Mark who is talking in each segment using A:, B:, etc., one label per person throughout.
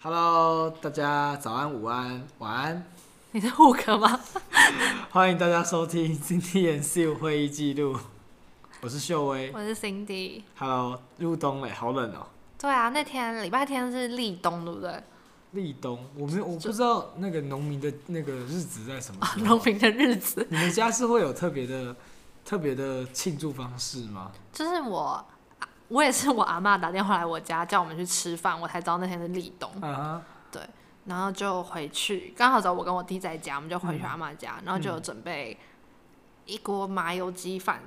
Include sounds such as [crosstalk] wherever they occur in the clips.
A: Hello，大家早安、午安、晚安，
B: 你在 hook 吗？
A: 欢迎大家收听 Cindy and Sue 会议记录。 [laughs] 我是秀薇。
B: 我是 Cindy。
A: Hello，入冬嘞，好冷哦、
B: 对啊，那天礼拜天是立冬，对不对？
A: 哦立冬，我们我不知道那个农民的那个日子在什么时候
B: 农。民的日子，
A: 你们家是会有特别的、特别的庆祝方式吗？
B: 就是我，我也是我阿嬷打电话来我家叫我们去吃饭，我才知道那天是立冬。
A: 啊
B: 然后就回去，刚好找我跟我弟在家，我们就回去阿嬷家，
A: 嗯
B: 然后就有准备一锅麻油鸡饭。
A: 哈，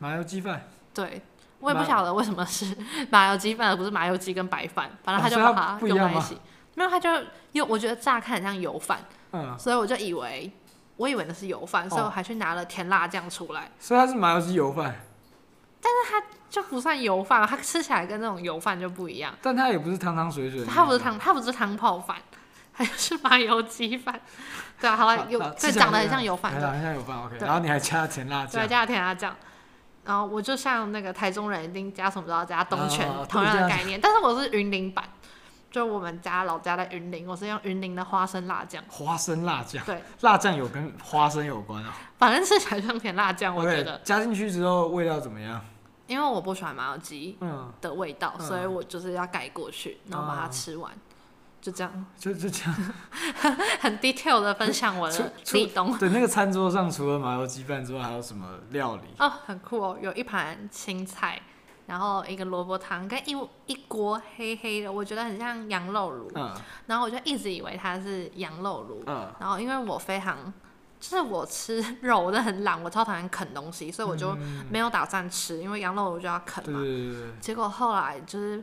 A: 麻油鸡饭，
B: 对，我也
A: 麻
B: 不晓得为什么是麻油鸡饭，而不是麻油鸡跟白饭，反正
A: 哦
B: 他就
A: 所以它
B: 把它
A: 不一
B: 用
A: 样
B: 在一
A: 吗
B: 起。没有，他就又我觉得乍看很像油饭，
A: 嗯，
B: 所以我就以为我以为那是油饭，所以
A: 哦
B: 我还去拿了甜辣酱出来。
A: 所以它是麻油鸡油饭，
B: 就不算油饭，它吃起来跟那种油饭就不一样。
A: 但它也不是汤汤水水的那种。
B: 它不是汤，它不是汤泡饭，它就是麻油鸡饭。 [laughs] 对啊，好
A: 好，
B: 了，有
A: 好
B: 对
A: 吃起来
B: 长得很像油饭，
A: 对
B: 对
A: 长得像油饭。OK，
B: 对
A: 然后你还加甜辣
B: 对，
A: 酱，
B: 加了甜辣酱。然后我就像那个台中人一定加什么都要加东泉
A: 啊，
B: 同样
A: 不一样
B: 的概念，但是我是云林版，就我们家老家在云林，我是用云林的花生辣酱，
A: 花生辣酱。
B: 对，
A: 辣酱有跟花生有关啊。
B: 反正吃起来像甜辣酱，我觉
A: OK，
B: 得，
A: 加进去之后味道怎么样？
B: 因为我不喜欢麻油鸡
A: 嗯，
B: 的味道，
A: 嗯哦
B: 所以我就是要盖过去，然后把它吃完，就这样。 [laughs]
A: 就就这样。 [laughs]
B: 很 detail 的分享我
A: 出
B: 的
A: 出
B: 立冬
A: 对，那个餐桌上除了麻油鸡饭之外，还有什么料理？
B: 哦，很酷哦，有一盘青菜，然后一个萝卜汤跟一一锅黑黑的，我觉得很像羊肉炉，
A: 嗯
B: 然后我就一直以为它是羊肉炉，
A: 嗯，
B: 然后因为我非常就是我吃肉我真的很懒，我超讨厌啃东西，所以我就 [laughs] 没有打算吃，因为羊肉炉就要啃
A: 嗯对
B: 嘛。
A: 对对对
B: 结果后来就是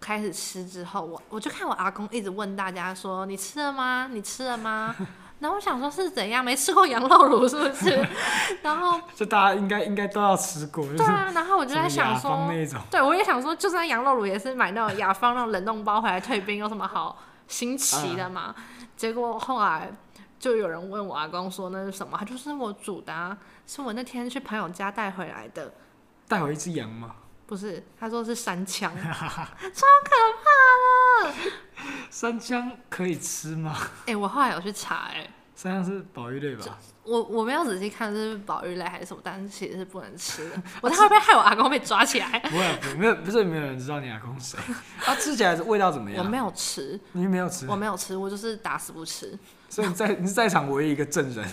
B: 开始吃之后，我我就看我阿公一直问大家说：“你吃了吗？你吃了吗？” [laughs] 然后我想说是怎样没吃过羊肉炉是不是？ [laughs] 然后
A: 对，就大家应该应该都要吃过，就是
B: 对啊，然后我就
A: 什么
B: 在想
A: 雅芳
B: 说，
A: 那一种。
B: 对我也想说，就算羊肉炉也是买那种雅芳那种冷冻包回来退冰，有什么好新奇的
A: 啊
B: 嘛？结果后来就有人问我阿公说那是什么，他就是我煮的、啊，是我那天去朋友家带回来的。
A: 带回一只羊吗？
B: 不是，他说是山枪， [laughs]
A: 三枪可以吃吗？
B: 哎、我后来有去查、哎，
A: 三枪是保育类吧？
B: 我我没有仔细看是保育类还是什么，但是其实是不能吃 [laughs] 的。我怕会不会害我阿公被抓起来？
A: 不会，啊不会没有，不是没有人知道你阿公是谁。
B: [laughs]
A: 它吃起来味道怎么
B: 我
A: 样？
B: 没有嗯吃，
A: 你没有吃
B: 我，没有吃，我就是打死不吃。 [laughs]
A: 所以你在你是在场唯一一个证人。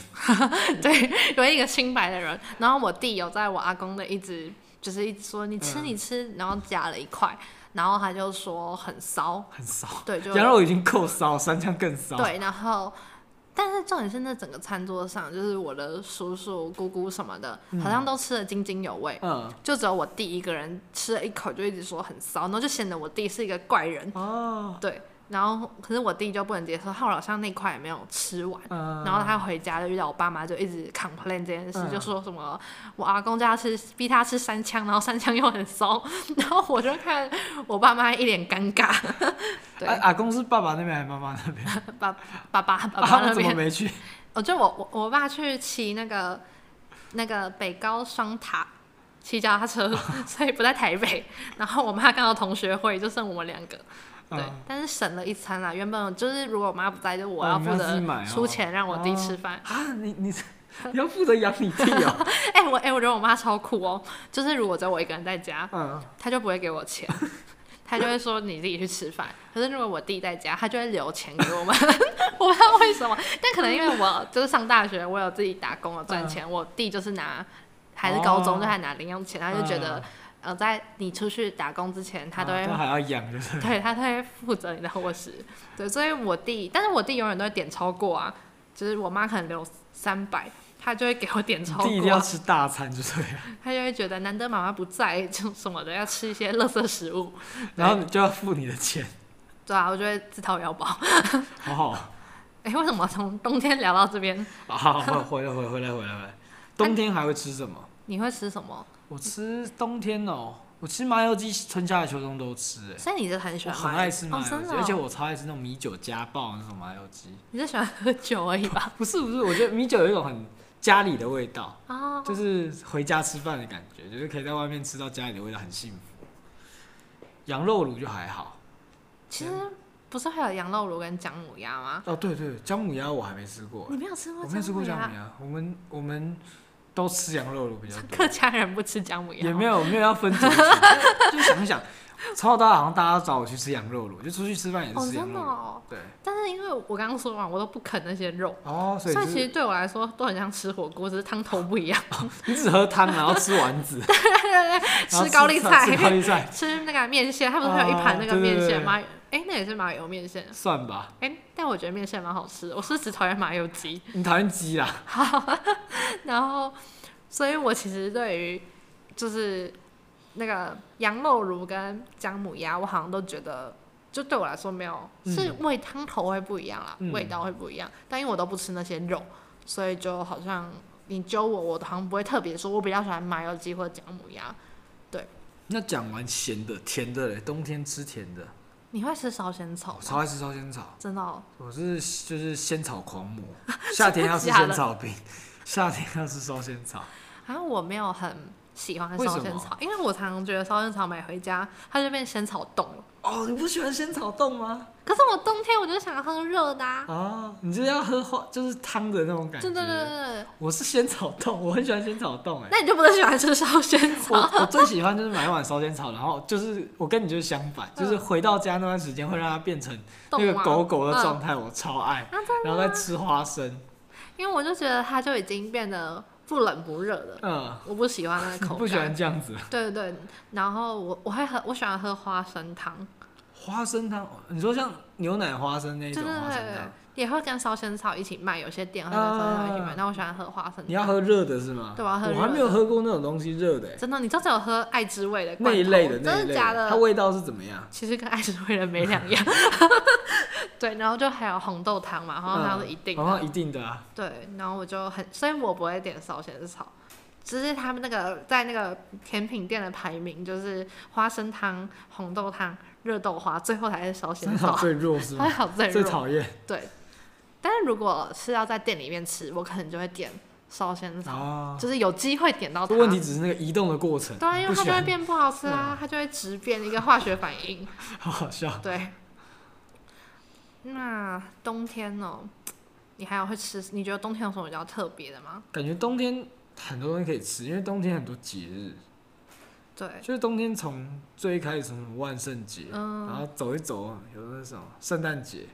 B: 对，有一个清白的人。然后我弟有在我阿公的一直就是一直说你吃
A: 嗯
B: 你吃，然后夹了一块，然后他就说很骚，
A: 很骚，
B: 对，就
A: 羊肉已经够骚，三枪更骚。
B: 对，然后。但是重点是，那整个餐桌上，就是我的叔叔、姑姑什么的，好像都吃的津津有味。
A: 嗯，
B: 就只有我弟一个人吃了一口就一直说很骚，然后就显得我弟是一个怪人。
A: 哦，
B: 对，然后可是我弟就不能接受，后来好像那块也没有吃完。
A: 嗯，
B: 然后他回家就遇到我爸妈，就一直 complain 这件事，
A: 嗯
B: 就说什么我阿公叫他吃，逼他吃三枪，然后三枪又很骚， [laughs] 然后我就看我爸妈一脸尴尬。 [laughs] 对，
A: 啊阿公是爸爸那边还是妈妈那边？ [laughs]
B: 爸爸爸爸
A: 阿
B: 爸
A: 公
B: 那
A: 怎么
B: 边，
A: 没去？
B: 我哦就我我我爸去骑那个那个北高双塔。骑脚
A: [laughs]
B: 踏车，所以不在台北。然后我妈刚好同学会，就剩我们两个。对，
A: 嗯
B: 但是省了一餐啦。原本就是如果我妈不在，就我
A: 哦
B: 要
A: 你
B: 负
A: 要自
B: 责
A: 己买哦
B: 出钱让我弟吃饭。
A: 啊，你你你 [laughs] 要负责养你弟哦。
B: [laughs] 哎、我哎、我觉得我妈超酷哦，就是如果只有我一个人在家，
A: 嗯，
B: 她就不会给我
A: [laughs]
B: 钱，她就会说你自己去吃饭。可是如果我弟在家，她就会留钱给我们， [laughs] 我不知道为什么，但可能因为我就是上大学，我有自己打工有赚钱，我弟就是拿还是高中
A: 嗯哦
B: 就还拿零用钱，他就觉得、
A: 嗯
B: 呃，在你出去打工之前，他都会
A: 啊还要养，就是
B: [laughs] 对他都会负责你的伙食。对，所以我弟，但是我弟永远都会点超过啊，就是我妈可能留三百，他就会给我点
A: 你
B: 超
A: 弟一定
B: 过
A: 要
B: 啊，
A: 吃大餐，就对了。
B: 他就会觉得难得妈妈不在，就什么的要吃一些垃圾食物。
A: 然后你就要付你的钱，
B: 对啊，我就会自掏腰包。 [laughs]
A: 好好
B: 哎、为什么从冬天聊到这边？
A: 好好好，回来回来回来回来回来。冬天还会吃什么？
B: 你会吃什么？
A: 我吃冬天哦，我吃麻油鸡，春夏秋冬都吃。哎，
B: 所以你是很喜
A: 我
B: 欢
A: 很爱吃麻油
B: 哦真
A: 鸡，
B: 的哦
A: 而且我超爱吃那种米酒加爆那种麻油鸡。
B: 你是喜欢喝酒而已
A: [laughs]
B: 吧？
A: 不是不是，我觉得米酒有一种很家里的味道。
B: 啊、
A: 就是回家吃饭的感觉，就是可以在外面吃到家里的味道，很幸福。羊肉炉就还好，
B: 其实不是还有羊肉炉跟姜母鸭吗？
A: 哦，对对，姜母鸭我还没吃过
B: 你，没有吃过
A: 我没有吃
B: 姜母
A: 过姜
B: 鸭
A: 母？鸭，我们我们都吃羊肉炉比较多。
B: 客家人不吃姜母鸭，
A: 也没有没有要分族群，就想一想，从小到大好像大家找我去吃羊肉炉，就出去吃饭也是
B: 哦，
A: 吃羊
B: 真
A: 肉
B: 的
A: 炉，
B: 哦。
A: 对，
B: 但是因为我刚刚说嘛，我都不啃那些肉，
A: 哦，所
B: 所
A: 以
B: 以
A: 就
B: 其实
A: 是
B: 对我来说都很像吃火锅，只是汤头不
A: [laughs]
B: 一样。
A: 你只喝汤，然后吃丸
B: [laughs]
A: 子，然后
B: 吃高丽菜
A: 吃高丽菜
B: 吃那个面线，它不是会有一盘那个
A: 哦对对
B: 面线
A: 对
B: 麻油？哎、那也是麻油面线。
A: 算吧，
B: 哎、但我觉得面线蛮好吃的，我是只讨厌麻油鸡。
A: 你讨厌鸡啦，
B: 然后，所以我其实对于就是那个羊肉炉跟姜母鸭，我好像都觉得，就对我来说没有，
A: 嗯
B: 是味汤头会不一样啦，
A: 嗯
B: 味道会不一样。但因为我都不吃那些肉，所以就好像你揪我，我好像不会特别说，我比较喜欢麻油鸡或姜母鸭。
A: 那讲完咸的，甜的嘞，冬天吃甜的，
B: 你会吃烧仙草
A: 我超
B: 吗？
A: 爱吃烧仙草，
B: 真的、哦，
A: 我是就是仙草狂魔， [laughs] 夏天要吃
B: 假的
A: 仙草 [laughs] 冰，夏天要吃烧仙草，
B: 好像我没有很喜欢
A: 为
B: 烧
A: 什
B: 仙
A: 么
B: 草，因为我常常觉得烧仙草买回家，它就变仙草冻了。
A: 哦，你不喜欢仙草冻吗？
B: 可是我冬天我就想喝热的、啊，
A: 哦，你就是要喝花，就是汤的那种感觉，
B: 对对对对对，
A: 我是仙草冻，我很喜欢仙草冻、哎，
B: 那你就不能喜欢
A: [laughs]
B: 吃烧仙
A: 我
B: 草。
A: 我最喜欢就是买一碗烧仙草，然后就是我跟你就是相反，就是回到家那段时间会让它变成那
B: 冻
A: 个
B: 吗
A: 狗狗的
B: 嗯
A: 状态，我超爱，然后再吃花生，
B: 因为我就觉得它就已经变得不冷不热了，
A: 嗯，
B: 我不喜欢那
A: [laughs]
B: 个口感。
A: 不喜欢这样子。
B: 对对对，然后我我会喝，我喜欢喝花生汤，
A: 花生汤，你说像牛奶花生那一种
B: 对对
A: 花
B: 对
A: 生
B: 对
A: 汤，，
B: 也会跟烧仙草一起卖，有些店会跟烧仙草一起卖。
A: 啊
B: 那、我喜欢喝花生汤。
A: 你要喝热的是吗？
B: 对我要喝热的
A: 还没有喝过那种东西热的、哎
B: 真的，你都只有喝爱之味的
A: 那
B: 罐头
A: 一类的那一
B: 真
A: 类
B: 的假
A: 它
B: 的？
A: 味道是怎么样？
B: 其实跟爱之味的没两
A: [laughs]
B: 样。对，然后就还有红豆汤嘛，红豆哦汤是一定的。
A: 好嗯像一定的啊，
B: 对，然后我就很，所以我不会点烧仙草，只是他们那个在那个甜品店的排名就是花生汤、红豆汤、热豆花，最后才是烧
A: [laughs]
B: 仙
A: 仙草
B: 草，
A: 最弱是
B: 烧
A: 吗
B: 仙？草 [laughs] 最
A: 最
B: 弱。
A: 讨厌
B: 对，但是如果是要在店里面吃，我可能就会点烧仙草，
A: 啊。
B: 就是有机会点到它。
A: 这问题只是那个移动的过程，
B: 对啊，因为
A: 不
B: 它
A: 喜
B: 就会
A: 欢
B: 变不好吃啊，它就会直变一个化学反应。
A: [laughs] 好好笑。
B: 对。那冬天哦，你还有会吃？你觉得冬天有什么比较特别的吗？
A: 感觉冬天很多东西可以吃，因为冬天很多节日，
B: 对，
A: 就是冬天从最一开始从万圣节，
B: 嗯
A: 然后走一走，有那什么圣诞节，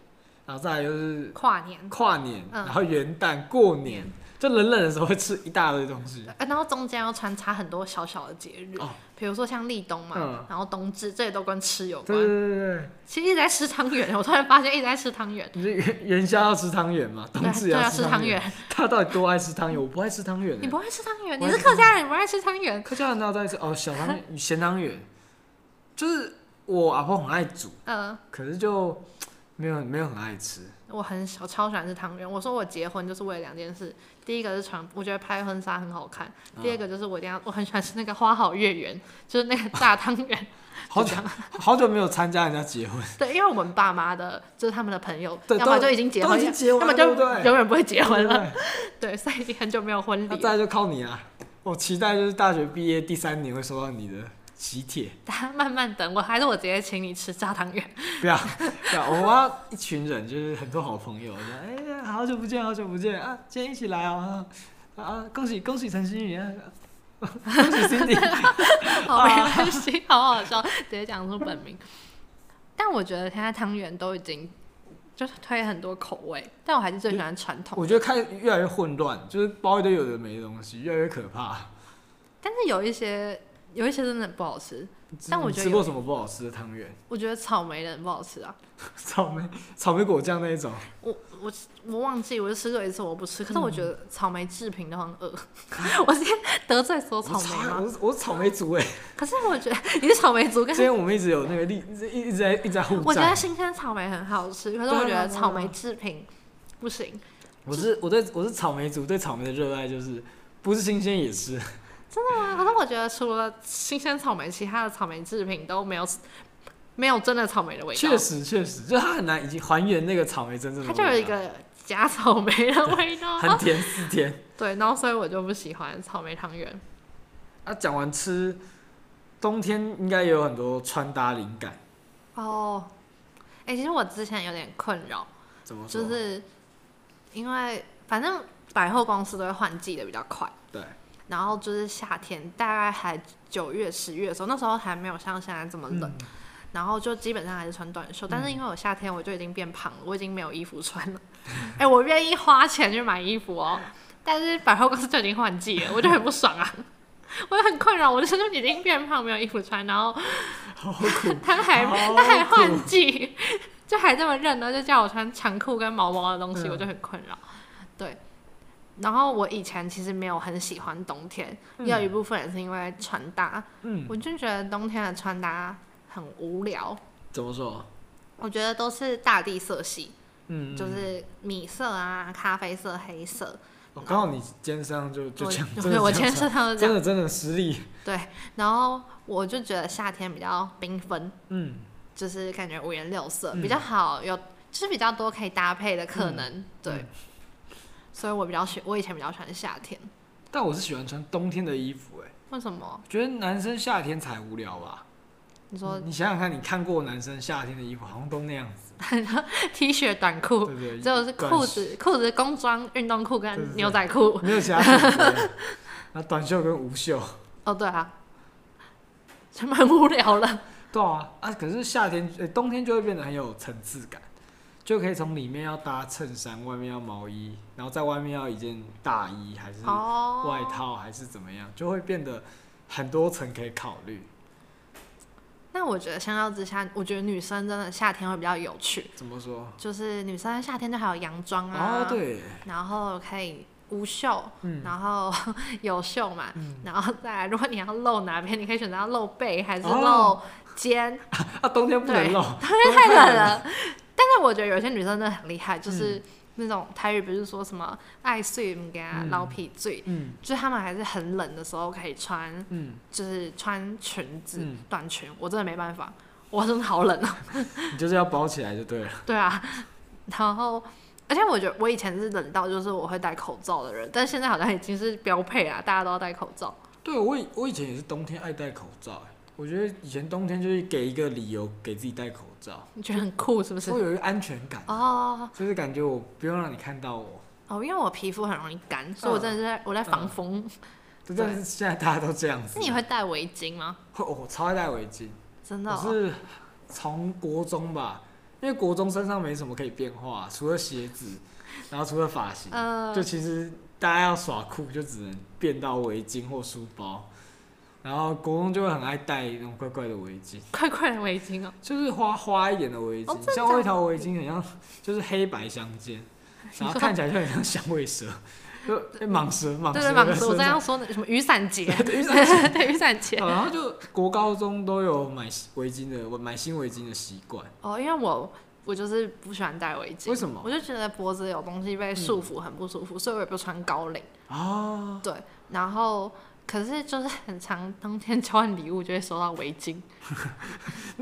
A: 然后再来就是
B: 跨年，
A: 跨年，
B: 嗯
A: 然后元旦、过年，就冷冷的时候会吃一大堆东西。
B: 呃然后中间要穿插很多小小的节日，
A: 哦
B: 比如说像立冬嘛，
A: 嗯
B: 然后冬至，这些都跟吃有
A: 对对
B: 关。
A: 对对
B: 其实一直在吃汤圆，我突然发现一直在吃汤圆，
A: 对，你这元元宵要吃汤圆嘛，冬至
B: 对，
A: 也
B: 啊对，要
A: 吃
B: 吃汤
A: 圆。
B: 圆。
A: 他到底多爱吃汤圆？我不爱吃汤圆、
B: 你
A: 欸，
B: 不爱吃汤圆，
A: 我爱
B: 你是
A: 吃
B: 客家人，你不爱吃汤圆。
A: 客家人哪有都爱吃哦，小汤圆、咸汤圆，就是我阿婆很爱煮，
B: 呃，
A: 可是就没有很没有很爱吃。
B: 我很喜我超喜欢吃汤圆。我说我结婚就是为了两件事，第一个是穿，我觉得拍婚纱很好看；
A: 嗯
B: 第二个就是我一定要，我很喜欢吃那个花好月圆，就是那个大汤圆。 [laughs]
A: 好久好久没有参加人家结婚，
B: 对，因为我们爸妈的，就是他们的朋友，
A: 对
B: 要么
A: 都
B: 就已经结
A: 都
B: 婚
A: 已
B: 了
A: 经，结
B: 要
A: 完
B: 么
A: 了，
B: 就
A: 对不对？
B: 永远不会结婚了。
A: 对对
B: 对，所以已经很久没有婚礼
A: 那
B: 了。
A: 再来就靠你啊！我期待就是大学毕业第三年会收到你的喜帖，
B: [laughs] 他慢慢等我，还是我直接请你吃炸汤 [laughs] 圆。
A: 不要不要，啊我要一群人，就是很多好朋友，我说哎呀，好久不见，好久不见啊，今天一起来哦啊啊！恭喜恭喜陈星宇啊！恭喜 Cindy，
B: 好，没关系，好好笑，直接讲出本名。但我觉得现在汤圆都已经就是推很多口味，但我还是最喜欢传统。
A: [laughs] 我觉得开始越来越混乱，就是包一堆有的没的东西，越来越可怕。
B: 但是有一些有一些真的不好吃，但我
A: 你
B: 觉得
A: 吃
B: 有
A: 过什么不好吃的汤圆？ [laughs]
B: 我觉得草莓的很不好吃啊。
A: 草莓草莓果酱那一种，
B: 我我我忘记，我就吃过一次，我不吃。可是我觉得草莓制品都很恶，嗯 [laughs] 我今天得罪所有草莓
A: 我
B: 吗？
A: 我是我是草莓 [laughs] 族哎、
B: 可是我觉得你是草莓族跟
A: 今天我们一直有那个力，一直一直在一直在互
B: 我觉得
A: 战。
B: 新鲜草莓很好吃，可是
A: 对啊
B: 我觉得
A: 对啊
B: 草莓制品不行，
A: 我是我对我是草莓族，对草莓的热爱就是不是新鲜也吃。
B: 真的吗？可是啊我觉得除了新鲜草莓，其他的草莓制品都没有没有真的草莓的味道
A: 确，实确实，就它很难已经还原那个草莓真正的
B: 它
A: 味道。
B: 就有一个假草莓的味道。哦
A: 很甜四甜。
B: 对，然后所以我就不喜欢草莓汤圆。
A: 啊，讲完吃，冬天应该也有很多穿搭灵感。
B: 哦，哎、其实我之前有点困扰，
A: 怎么说？
B: 就是因为反正百货公司都会换季的比较快，
A: 对，
B: 然后就是夏天大概还九月、十月的时候，那时候还没有像现在这么冷，
A: 嗯
B: 然后就基本上还是穿短袖。但是因为我夏天我就已经变胖了，我已经没有衣服穿了。 [laughs] 哎、我愿意花钱去买衣服哦，但是百货公司就已经换季了，我就很不爽啊。 [laughs] 我就很困扰，我的身体已经变胖，没有衣服穿，然后
A: 好苦，
B: [laughs] 他还
A: 好
B: 他还
A: 苦
B: 换季， [laughs] 就还这么认呢，就叫我穿长裤跟毛毛的东西，
A: 嗯
B: 我就很困扰。对，然后我以前其实没有很喜欢冬天，也有一部分也是因为穿搭，
A: 嗯，
B: 我就觉得冬天的穿搭很无聊。
A: 怎么说？
B: 我觉得都是大地色系，
A: 嗯，
B: 就是米色啊、咖啡色、黑色。
A: 我哦刚好你肩上就就
B: 我 [laughs]
A: 这样，真
B: 对
A: 的
B: 我
A: 这样啊
B: 前
A: 穿
B: 身上都这
A: 真
B: 样。
A: 的真的实
B: [laughs]
A: 力，
B: 然后我就觉得夏天比较缤纷，
A: 嗯，
B: 就是感觉五颜六色、
A: 嗯
B: 比较好，有就是比较多可以搭配的可能，对。
A: 嗯
B: 所以我比较喜，我以前比较喜欢夏天，
A: 但我是喜欢穿冬天的衣服、哎，
B: 为什么？
A: 觉得男生夏天才无聊吧？
B: 你说
A: 你想想看，你看过男生夏天的衣服，好像都那样子，
B: T 恤、短
A: 对
B: 裤，
A: 不对？
B: 只有是
A: 短
B: 裤
A: 袖，
B: 子、裤子、工装、运动裤
A: 对对对
B: 跟牛仔裤。
A: 没有其他选
B: [laughs]
A: 择。那短袖跟无袖，
B: 哦，对啊， [laughs] 就蛮无聊的。
A: 对啊，啊，可是夏天、呃冬天就会变得很有层次感，就可以从里面要搭衬衫，外面要毛衣，然后在外面要一件大衣，还是
B: 哦，
A: 外套，还是怎么样，就会变得很多层可以考虑。
B: 那我觉得相较之下，我觉得女生真的夏天会比较有趣，
A: 怎么说？
B: 就是女生夏天就还有洋装啊，
A: 哦，，对，
B: 然后可以无袖，
A: 嗯
B: 然后 [laughs] 有袖嘛，
A: 嗯，
B: 然后再来，如果你要露哪边，你可以选择要露背还是
A: 哦
B: 露肩，
A: 啊，冬天不能
B: 对
A: 露，
B: 因为太冷
A: [laughs]
B: 了。但是我觉得有些女生真的很厉害，
A: 嗯
B: 就是那种台语不是说什么爱睡不给啊
A: 嗯
B: 老皮醉，
A: 嗯
B: 就是她们还是很冷的时候可以穿，
A: 嗯，
B: 就是穿裙子、
A: 嗯
B: 短裙，我真的没办法，我真的好冷啊。
A: 你就是要包起来就对了。
B: 对啊， [laughs] 然后。而且我觉得我以前是冷到就是我会戴口罩的人，但现在好像已经是标配啊，大家都要戴口罩。
A: 对我以我以前也是冬天爱戴口罩、欸，我觉得以前冬天就是给一个理由给自己戴口罩，
B: 你觉得很酷是不是
A: 会？有一个安全感，
B: 哦，
A: 就是感觉我不用让你看到我。
B: 哦，因为我皮肤很容易干，所以我真的是在、我在防风。
A: 对
B: 对
A: 但是现在大家都这样子
B: 那，你会戴围巾吗？
A: 会我超爱戴围巾，
B: 真的、
A: 我
B: 哦？
A: 是从国中吧，因为国中身上没什么可以变化，啊除了鞋子，然后除了发型，
B: 呃
A: 就，其实大家要耍酷，就只能变到围巾或书包，然后国中就会很爱戴那种怪怪的围巾，
B: 快快的围巾哦，
A: 就是花花一点的围巾，
B: 哦真的
A: 像我一条围巾很像，就是黑白相 [laughs] 间，然后看起来就很像响尾 [laughs] 蛇，就诶蟒蛇蟒
B: 对
A: 蛇的
B: 对，蟒蛇，
A: 身
B: 我正
A: 上
B: 要说那什么雨伞节，
A: [laughs] 对雨伞
B: 对 [laughs] 对雨伞节。
A: 哦然后就国高中都有买围巾的，我买新围巾的习惯。
B: 哦，因为我我就是不喜欢戴围巾，
A: 为什么
B: 我就觉得脖子有东西被束缚，很不舒服，所以我也不穿高领。
A: [laughs] 啊，
B: 对，然后。可是就是很常当天交换礼物就会收到围巾，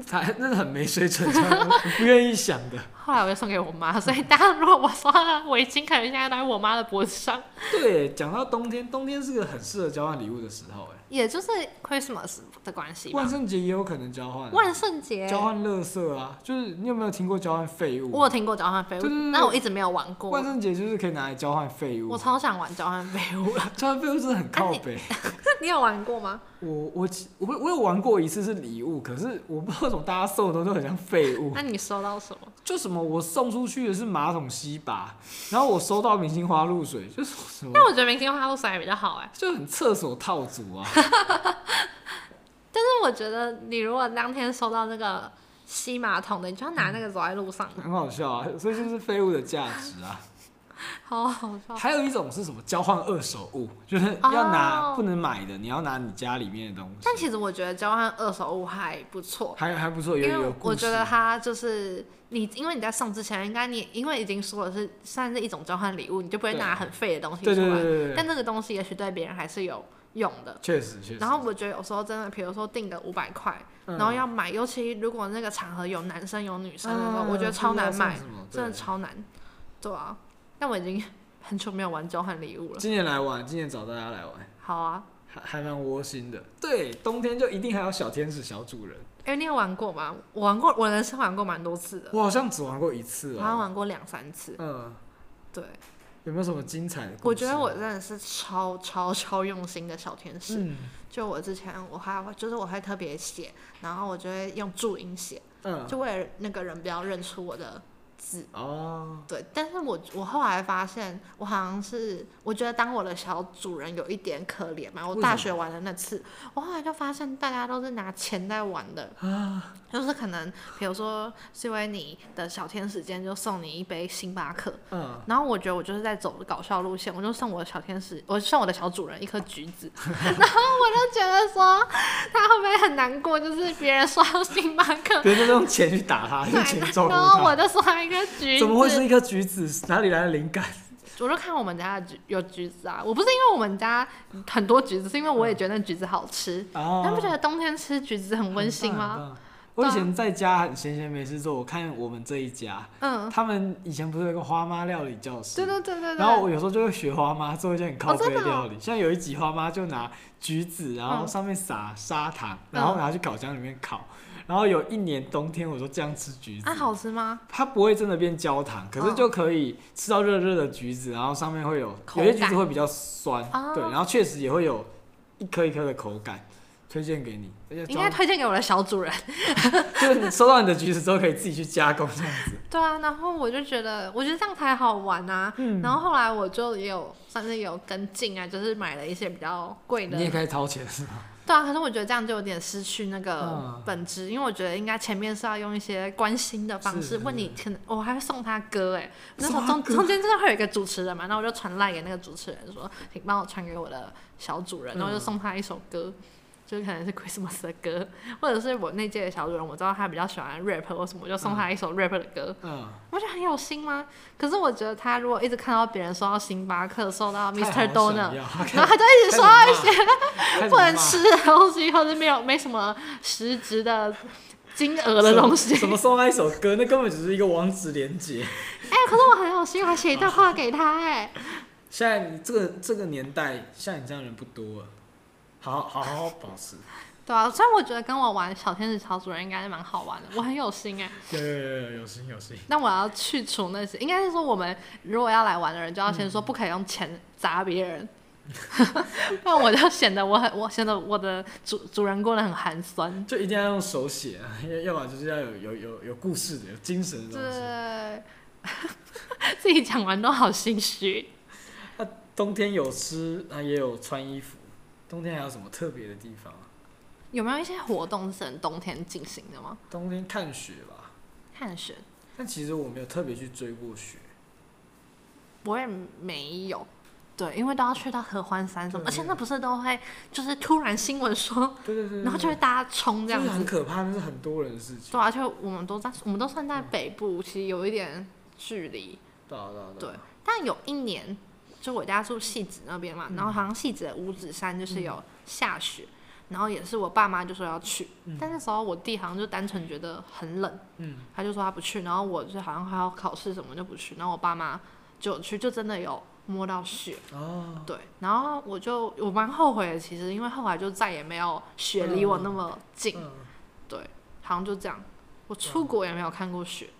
A: 才那是很没水准，这样 [laughs] 不愿意想的。
B: 后来我就送给我妈， [laughs] 所以大家如果我收到的围巾，可能现在戴在我妈的脖子上。
A: 对，讲到冬天，冬天是个很适合交换礼物的时候，哎，
B: 也就是 Christmas 的关系吧
A: 万。圣节也有可能交换啊、
B: 万圣节，
A: 交换乐色啊，就是你有没有听过交换废物？
B: 我有听过交换废物
A: 对对对，
B: 但我一直没有玩过
A: 万。圣节就是可以拿来交换废物，
B: 我超想玩交换
A: [laughs]
B: 废物 [laughs] 了，
A: 交换废物真的很靠北。
B: 你有玩过吗？
A: [laughs] 我我其我我有玩过一次是礼物，可是我不知道为什么大家送的东西都很像废物
B: 那。你收到什么？
A: 就什么我送出去的是马桶吸把，然后我收到明星花露水， [laughs] 就是什么
B: 但我觉得明星花露水还比较好哎。
A: 就很厕所套组
B: [laughs]
A: 啊。
B: 但是我觉得你如果当天收到那个吸马桶的，你就要拿那个走在路上，
A: 很好笑啊，所以就是废物的价值啊。
B: 好好笑。
A: 还有一种是什么交换二手物，就是要拿、
B: 哦
A: 不能买的，你要拿你家里面的东西。
B: 但其实我觉得交换二手物还不错，
A: 还还不错，
B: 因
A: 有有
B: 为
A: 故
B: 我
A: 事。
B: 觉得它就是你，因为你在送之前，应该你因为已经说了是算是一种交换礼物，你就不会
A: 对
B: 拿很废的东西出
A: 对
B: 来。
A: 对对对对
B: 但
A: 对，
B: 那个东西也许对别人还是有用的。
A: 确实确实。
B: 然后我觉得有时候真的，比如说定个五百块，
A: 嗯，
B: 然后要买，尤其如果那个场合有男生有女生的时候，
A: 嗯
B: 我觉得超难买
A: 不知道送，什么对
B: 真的超难。对啊，但我已经很久没有玩交换礼物了。
A: 今年来玩，今年找大家来玩，
B: 好啊，
A: 还还蛮窝心的。对，冬天就一定还有小天使、小主人，
B: 哎、你有玩过吗？我玩过，我人生玩过蛮多次的，
A: 我好像只玩过一次
B: 我好像
A: 哦。
B: 玩过两三次。
A: 嗯，
B: 对，
A: 有没有什么精彩的故事？
B: 我觉得我真的是超超超用心的小天使。
A: 嗯
B: 就我之前我还会就是我会特别写，然后我就会用注音写，
A: 嗯
B: 就为了那个人不要认出我的字。
A: 哦
B: 对，但是我我后来发现，我好像是我觉得当我的小主人有一点可怜嘛。我
A: 为
B: 大
A: 什么
B: 学玩的那次，我后来就发现大家都是拿钱在玩的，
A: 啊
B: 就是可能比如说是因为你的小天使间就送你一杯星巴克，
A: 嗯，
B: 然后我觉得我就是在走搞笑路线，我就送我的小天使，我送我的小主人一颗橘子， [laughs] 然后我就觉得说他会不会很难过，就是别人刷到星巴克，
A: 别人都用钱去打他，用钱照顾
B: 对，然后我
A: 他，
B: 就送他一颗橘子，
A: 怎么会是一颗橘子？哪里来的灵感？
B: 我就看我们家的橘有橘子啊，我不是因为我们家很多橘子，是因为我也觉得橘子好吃。
A: 嗯哦，
B: 你们不觉得冬天吃橘子很温馨吗？啊
A: 很棒？很棒我以前在家很闲闲没事做，我看我们这一家，
B: 嗯，
A: 他们以前不是有个花妈料理教室？
B: 对对对对对。
A: 然后我有时候就会学花妈做一些很靠背
B: 哦真的哦
A: 料理，像有一集花妈就拿橘子，然后
B: 嗯
A: 上面撒砂糖，然后拿去烤箱里面烤。然后有一年冬天，我就这样吃橘子
B: 啊，，好吃吗？
A: 它不会真的变焦糖，可是
B: 嗯
A: 就可以吃到热热的橘子，然后上面会有
B: 口
A: 有
B: 感
A: 些橘子会比较酸，
B: 嗯哦
A: 对，然后确实也会有一颗一颗的口感，推荐给你。而且
B: 应该
A: 装
B: 推荐给我的小主人。 [laughs]
A: [laughs] 就是你收到你的橘子之后，可以自己去加工这样子。
B: 对啊，然后我就觉得，我觉得这样才好玩啊。
A: 嗯
B: 然后后来我就也有算是有跟进啊，就是买了一些比较贵的
A: 你。也可以掏钱是吗？
B: 对啊，可是我觉得这样就有点失去那个
A: 嗯
B: 本质，因为我觉得应该前面是要用一些关心的方
A: 是
B: 式
A: 是
B: 问你，可能哦我还会送他歌哎，那时候
A: 送
B: 中
A: 他歌
B: 中间真的会有一个主持人嘛，那我就传赖给那个主持人说，请帮我传给我的小主
A: 嗯
B: 人，然后就送他一首歌。就是可能是 Christmas 的歌，或者是我那届的小主人，我知道他比较喜欢 rap 或什么，我就送他一首 rap 的歌。
A: 嗯，
B: 我觉得很有心吗？可是我觉得他如果一直看到别人收到星巴克、收到
A: 太好啊想
B: Mr. Donut，
A: 要开始
B: 然后他就一直收哎到一些
A: 开始骂
B: 不能吃的东西，或者没有没什么实质的金额的东西。
A: 什么送他一首歌，那根本只是一个网址连接。
B: [laughs] 哎、可是我很有心，我还写一段话给他、哎，
A: 现在你这个这个年代，像你这样人不多了，好好好好保持。
B: 对啊，虽然我觉得跟我玩小天使小主人应该是蛮好玩的，我很有心哎、
A: 有有有有有心有心。
B: 但我要去除那些，应该是说我们如果要来玩的人，就要先说不可以用钱砸
A: [laughs]
B: 别人， [laughs] 不然我就显得我很我显得我的主主人过得很寒酸。
A: 就一定要用手写、啊，要要么就是要有有有有故事的、有精神的东西。
B: 对， [laughs] 自己讲完都好心虚。
A: 冬天有吃，啊也有穿衣服。冬天还有什么特别的地方啊？
B: 有没有一些活动是很冬天进行的吗？
A: 冬天看雪吧，
B: 看雪，
A: 但其实我没有特别去追过雪。
B: 我也没有。对，因为都要去到合欢山什么，
A: 对
B: 而且那不是都会就是突然新闻说，
A: 对对对对
B: 然后就会
A: 对
B: 大家冲这样
A: 就是很
B: 子。
A: 可怕，那是很多人的事情。
B: 对啊，就我们都在，我们都算在北部，其实有一点距离。
A: 对啊对啊
B: 对
A: 啊，
B: 但有一年，就我家住戏子那边嘛，
A: 嗯
B: 然后好像戏子的五指山就是有下雪，然后也是我爸妈就说要去，
A: 嗯
B: 但那时候我弟好像就单纯觉得很冷，
A: 嗯，
B: 他就说他不去，然后我就好像还要考试什么就不去，然后我爸妈就有去，就真的有摸到雪，
A: 哦，
B: 对，然后我就我蛮后悔的，其实因为后来就再也没有雪离我那么近，
A: 嗯，
B: 好像就这样，我出国也没有看过雪，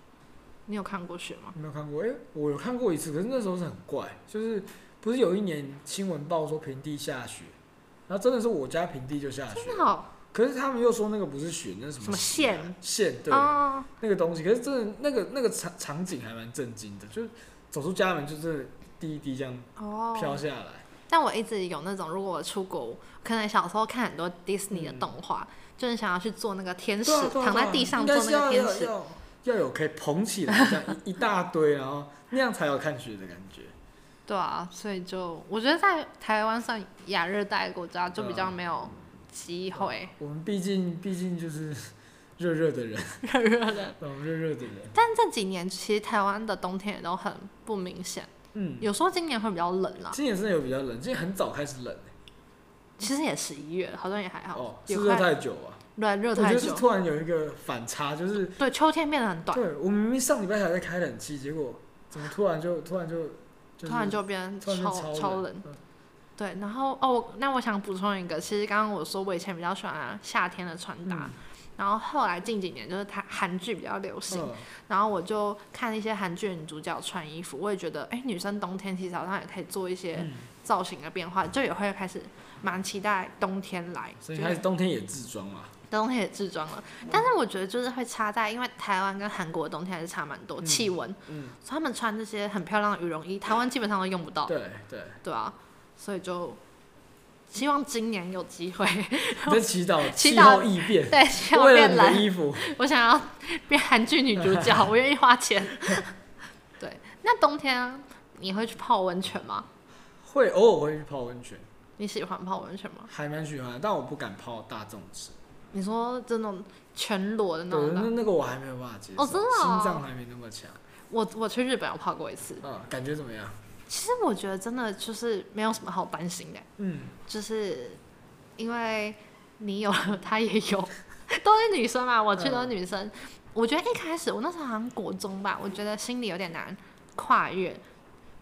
B: 你有看过雪吗？
A: 没有看过。哎、我有看过一次，可是那时候是很怪，就是不是有一年新闻报说平地下雪，然后真的是我家平地就下雪
B: 真，的哦好
A: 可是他们又说那个不是雪，那是什么
B: 什么
A: 线
B: 线
A: 线对。
B: 啊，
A: 那个东西，可是真的那个那个场场景还蛮震惊的，就是走出家门就真的滴一滴这样
B: 哦，
A: 飘下来。
B: 但我一直有那种，如果我出国，可能小时候看很多 Disney
A: 嗯
B: 的动画，就是想要去做那个天使，
A: 对啊对啊
B: 躺在地上
A: 对
B: 做
A: 啊
B: 那个
A: 应
B: 天
A: 该是
B: 使
A: 要。要要要有可以捧起来这样一一大堆，然后那样才有看雪的感觉。
B: 对啊，所以就我觉得在台湾算亚热带国家，就比
A: 啊
B: 较没有机会
A: 我们毕竟 [laughs] 毕竟就是热热的人，
B: 热热的。
A: [laughs] 我们热热的人，
B: 但这几年其实台湾的冬天也都很不明显，
A: 嗯，
B: 有时候今年会比较冷啦。
A: 今年真的有比较冷，今年很早开始冷、
B: 其实也十一月，好像也还好，
A: 哦，是
B: 啊也
A: 热
B: 快
A: 太久啊，
B: 对热
A: 我觉
B: 太
A: 得是
B: 久，
A: 突然有一个反差，就是
B: 对秋天变得很短，
A: 对我明明上礼拜还在开冷气，结果怎么突然就突然就、就是、
B: 突然就变
A: 突然间超
B: 超冷
A: 冷。。嗯
B: 对，
A: 嗯
B: 然后哦，我那我想补充一个，其实刚刚我说我以前比较喜欢夏天的穿搭，然后后来近几年就是台韩剧比较流行，
A: 嗯
B: 然后我就看一些韩剧的女主角穿衣服，我也觉得，哎，女生冬天其实好像也可以做一些
A: 嗯
B: 造型的变化，就也会开始蛮期待冬天来，
A: 所
B: 就
A: 以嗯开
B: 是
A: 始冬天也自装嘛，
B: 冬天也置装了。但是我觉得就是会差在，因为台湾跟韩国的冬天还是差蛮多，
A: 嗯
B: 气温，
A: 嗯，
B: 所以他们穿这些很漂亮的羽绒衣，台湾基本上都用不到，
A: 对对，
B: 对啊，所以就希望今年有机
A: [laughs]
B: 会，
A: 你在祈祷
B: [laughs] 祈
A: 气
B: 祷
A: 候异变，
B: 对，希望
A: 为了
B: 变
A: 你
B: 蓝
A: 的。衣服，
B: 我想要变韩剧女主角，我愿意花钱。
A: [laughs]
B: 对，那冬天啊你会去泡温泉吗？
A: 会偶尔会去泡温泉，
B: 你喜欢泡温泉吗？
A: 还蛮喜欢的，但我不敢泡大众池，
B: 你说这种全裸的那
A: 对，啊
B: 种
A: 那
B: 的，
A: 那个我还没有办法接受，
B: 哦真的哦
A: 心脏还没那么强，
B: 我我去日本有泡过一次。
A: 嗯，感觉怎么样？
B: 其实我觉得真的就是没有什么好担心的，
A: 嗯，
B: 就是因为你有 [laughs] 了，他也有，都是女生嘛，我去都是女生。我觉得一开始我那时候好像国中吧，我觉得心里有点难跨越，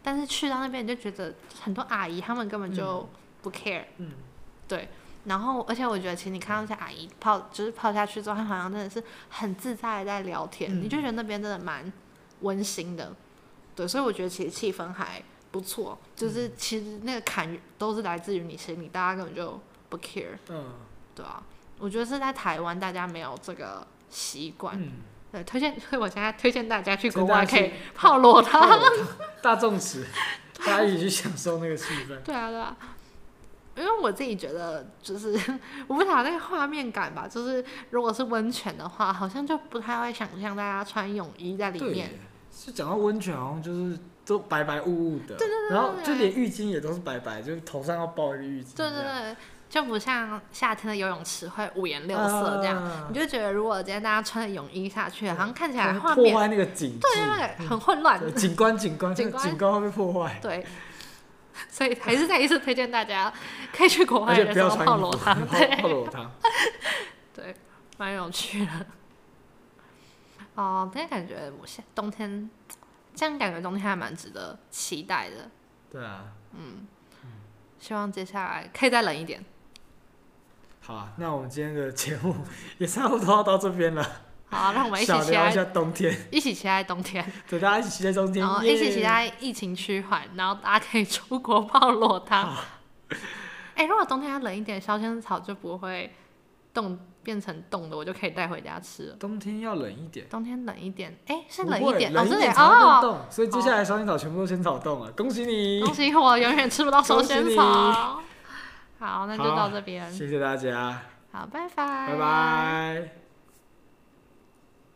B: 但是去到那边你就觉得很多阿姨她们根本就不 care，
A: 嗯，
B: 对。然后，而且我觉得，其实你看到一些阿姨泡，就是泡下去之后，她好像真的是很自在的在聊天，
A: 嗯
B: 你就觉得那边真的蛮温馨的，对。所以我觉得其实气氛还不错，就是其实那个坎都是来自于你心里，大家根本就不 care，
A: 嗯
B: 对啊，我觉得是在台湾大家没有这个习惯。
A: 嗯，
B: 对，推荐，所以我现在推荐大家去国
A: 真的
B: 外
A: 要
B: 可以
A: 去
B: 泡裸汤。 [laughs]
A: 大众池，大家一起去享受那个气氛。
B: 对啊，对啊，因为我自己觉得就是 [laughs] 我不晓得那个画面感吧，就是如果是温泉的话，好像就不太会想象大家穿泳衣在里
A: 对
B: 面
A: 耶。，就讲到温泉，好像就是都白白雾雾的，对对对
B: 对
A: 然后就
B: 对
A: 连浴巾也都是白白，就是头上要包一个浴巾这
B: 对
A: 样，
B: 对对，就不像夏天的游泳池会五颜六色这样，
A: 啊
B: 你就觉得如果今天大家穿着泳衣下去，好像看起来
A: 然后
B: 画
A: 破
B: 面
A: 坏那个景致，
B: 对对很混乱。
A: 对景观景观
B: 景
A: 景
B: 观
A: 观会被破坏，
B: 对， [laughs] 所以还是再一次推荐大家可以去国
A: 而
B: 外
A: 且
B: 的
A: 不
B: 时
A: 要
B: 候
A: 穿
B: 泡
A: 衣服，
B: 裸
A: 泡 [laughs]
B: 汤，对。
A: 泡裸汤，
B: 对，蛮有趣的。哦，但感觉我现冬天，这样感觉冬天还蛮值得期待的。
A: 对啊，
B: 希望接下来可以再冷一点。
A: 好啊，那我们今天的节目也差不多要到这边了，
B: 好啊、 [laughs] 让我们一起
A: 小
B: 期
A: 聊一下
B: 待，
A: 冬天， [laughs]
B: 一起期待冬天，
A: 对，大家一起期待冬天
B: 然，后哦一起
A: 耶
B: 期，待疫情趋缓，然后大家可以出国泡裸汤。哎、如果冬天要冷一点，烧仙草就不会冻变成冻的，我就可以带回家吃了。
A: 冬天要冷一点。
B: 冬天冷一点，哎、是
A: 不
B: 冷一
A: 会
B: 点，
A: 冷
B: 哦，是
A: 一点
B: 冷
A: 才会
B: 哦。
A: 冻，所以接下来烧仙草全部都仙草冻了，恭喜你！
B: 恭喜我永远吃不到烧仙草。好，那就
A: 好
B: 到这边，
A: 谢谢大家，
B: 好，拜拜，
A: 拜拜。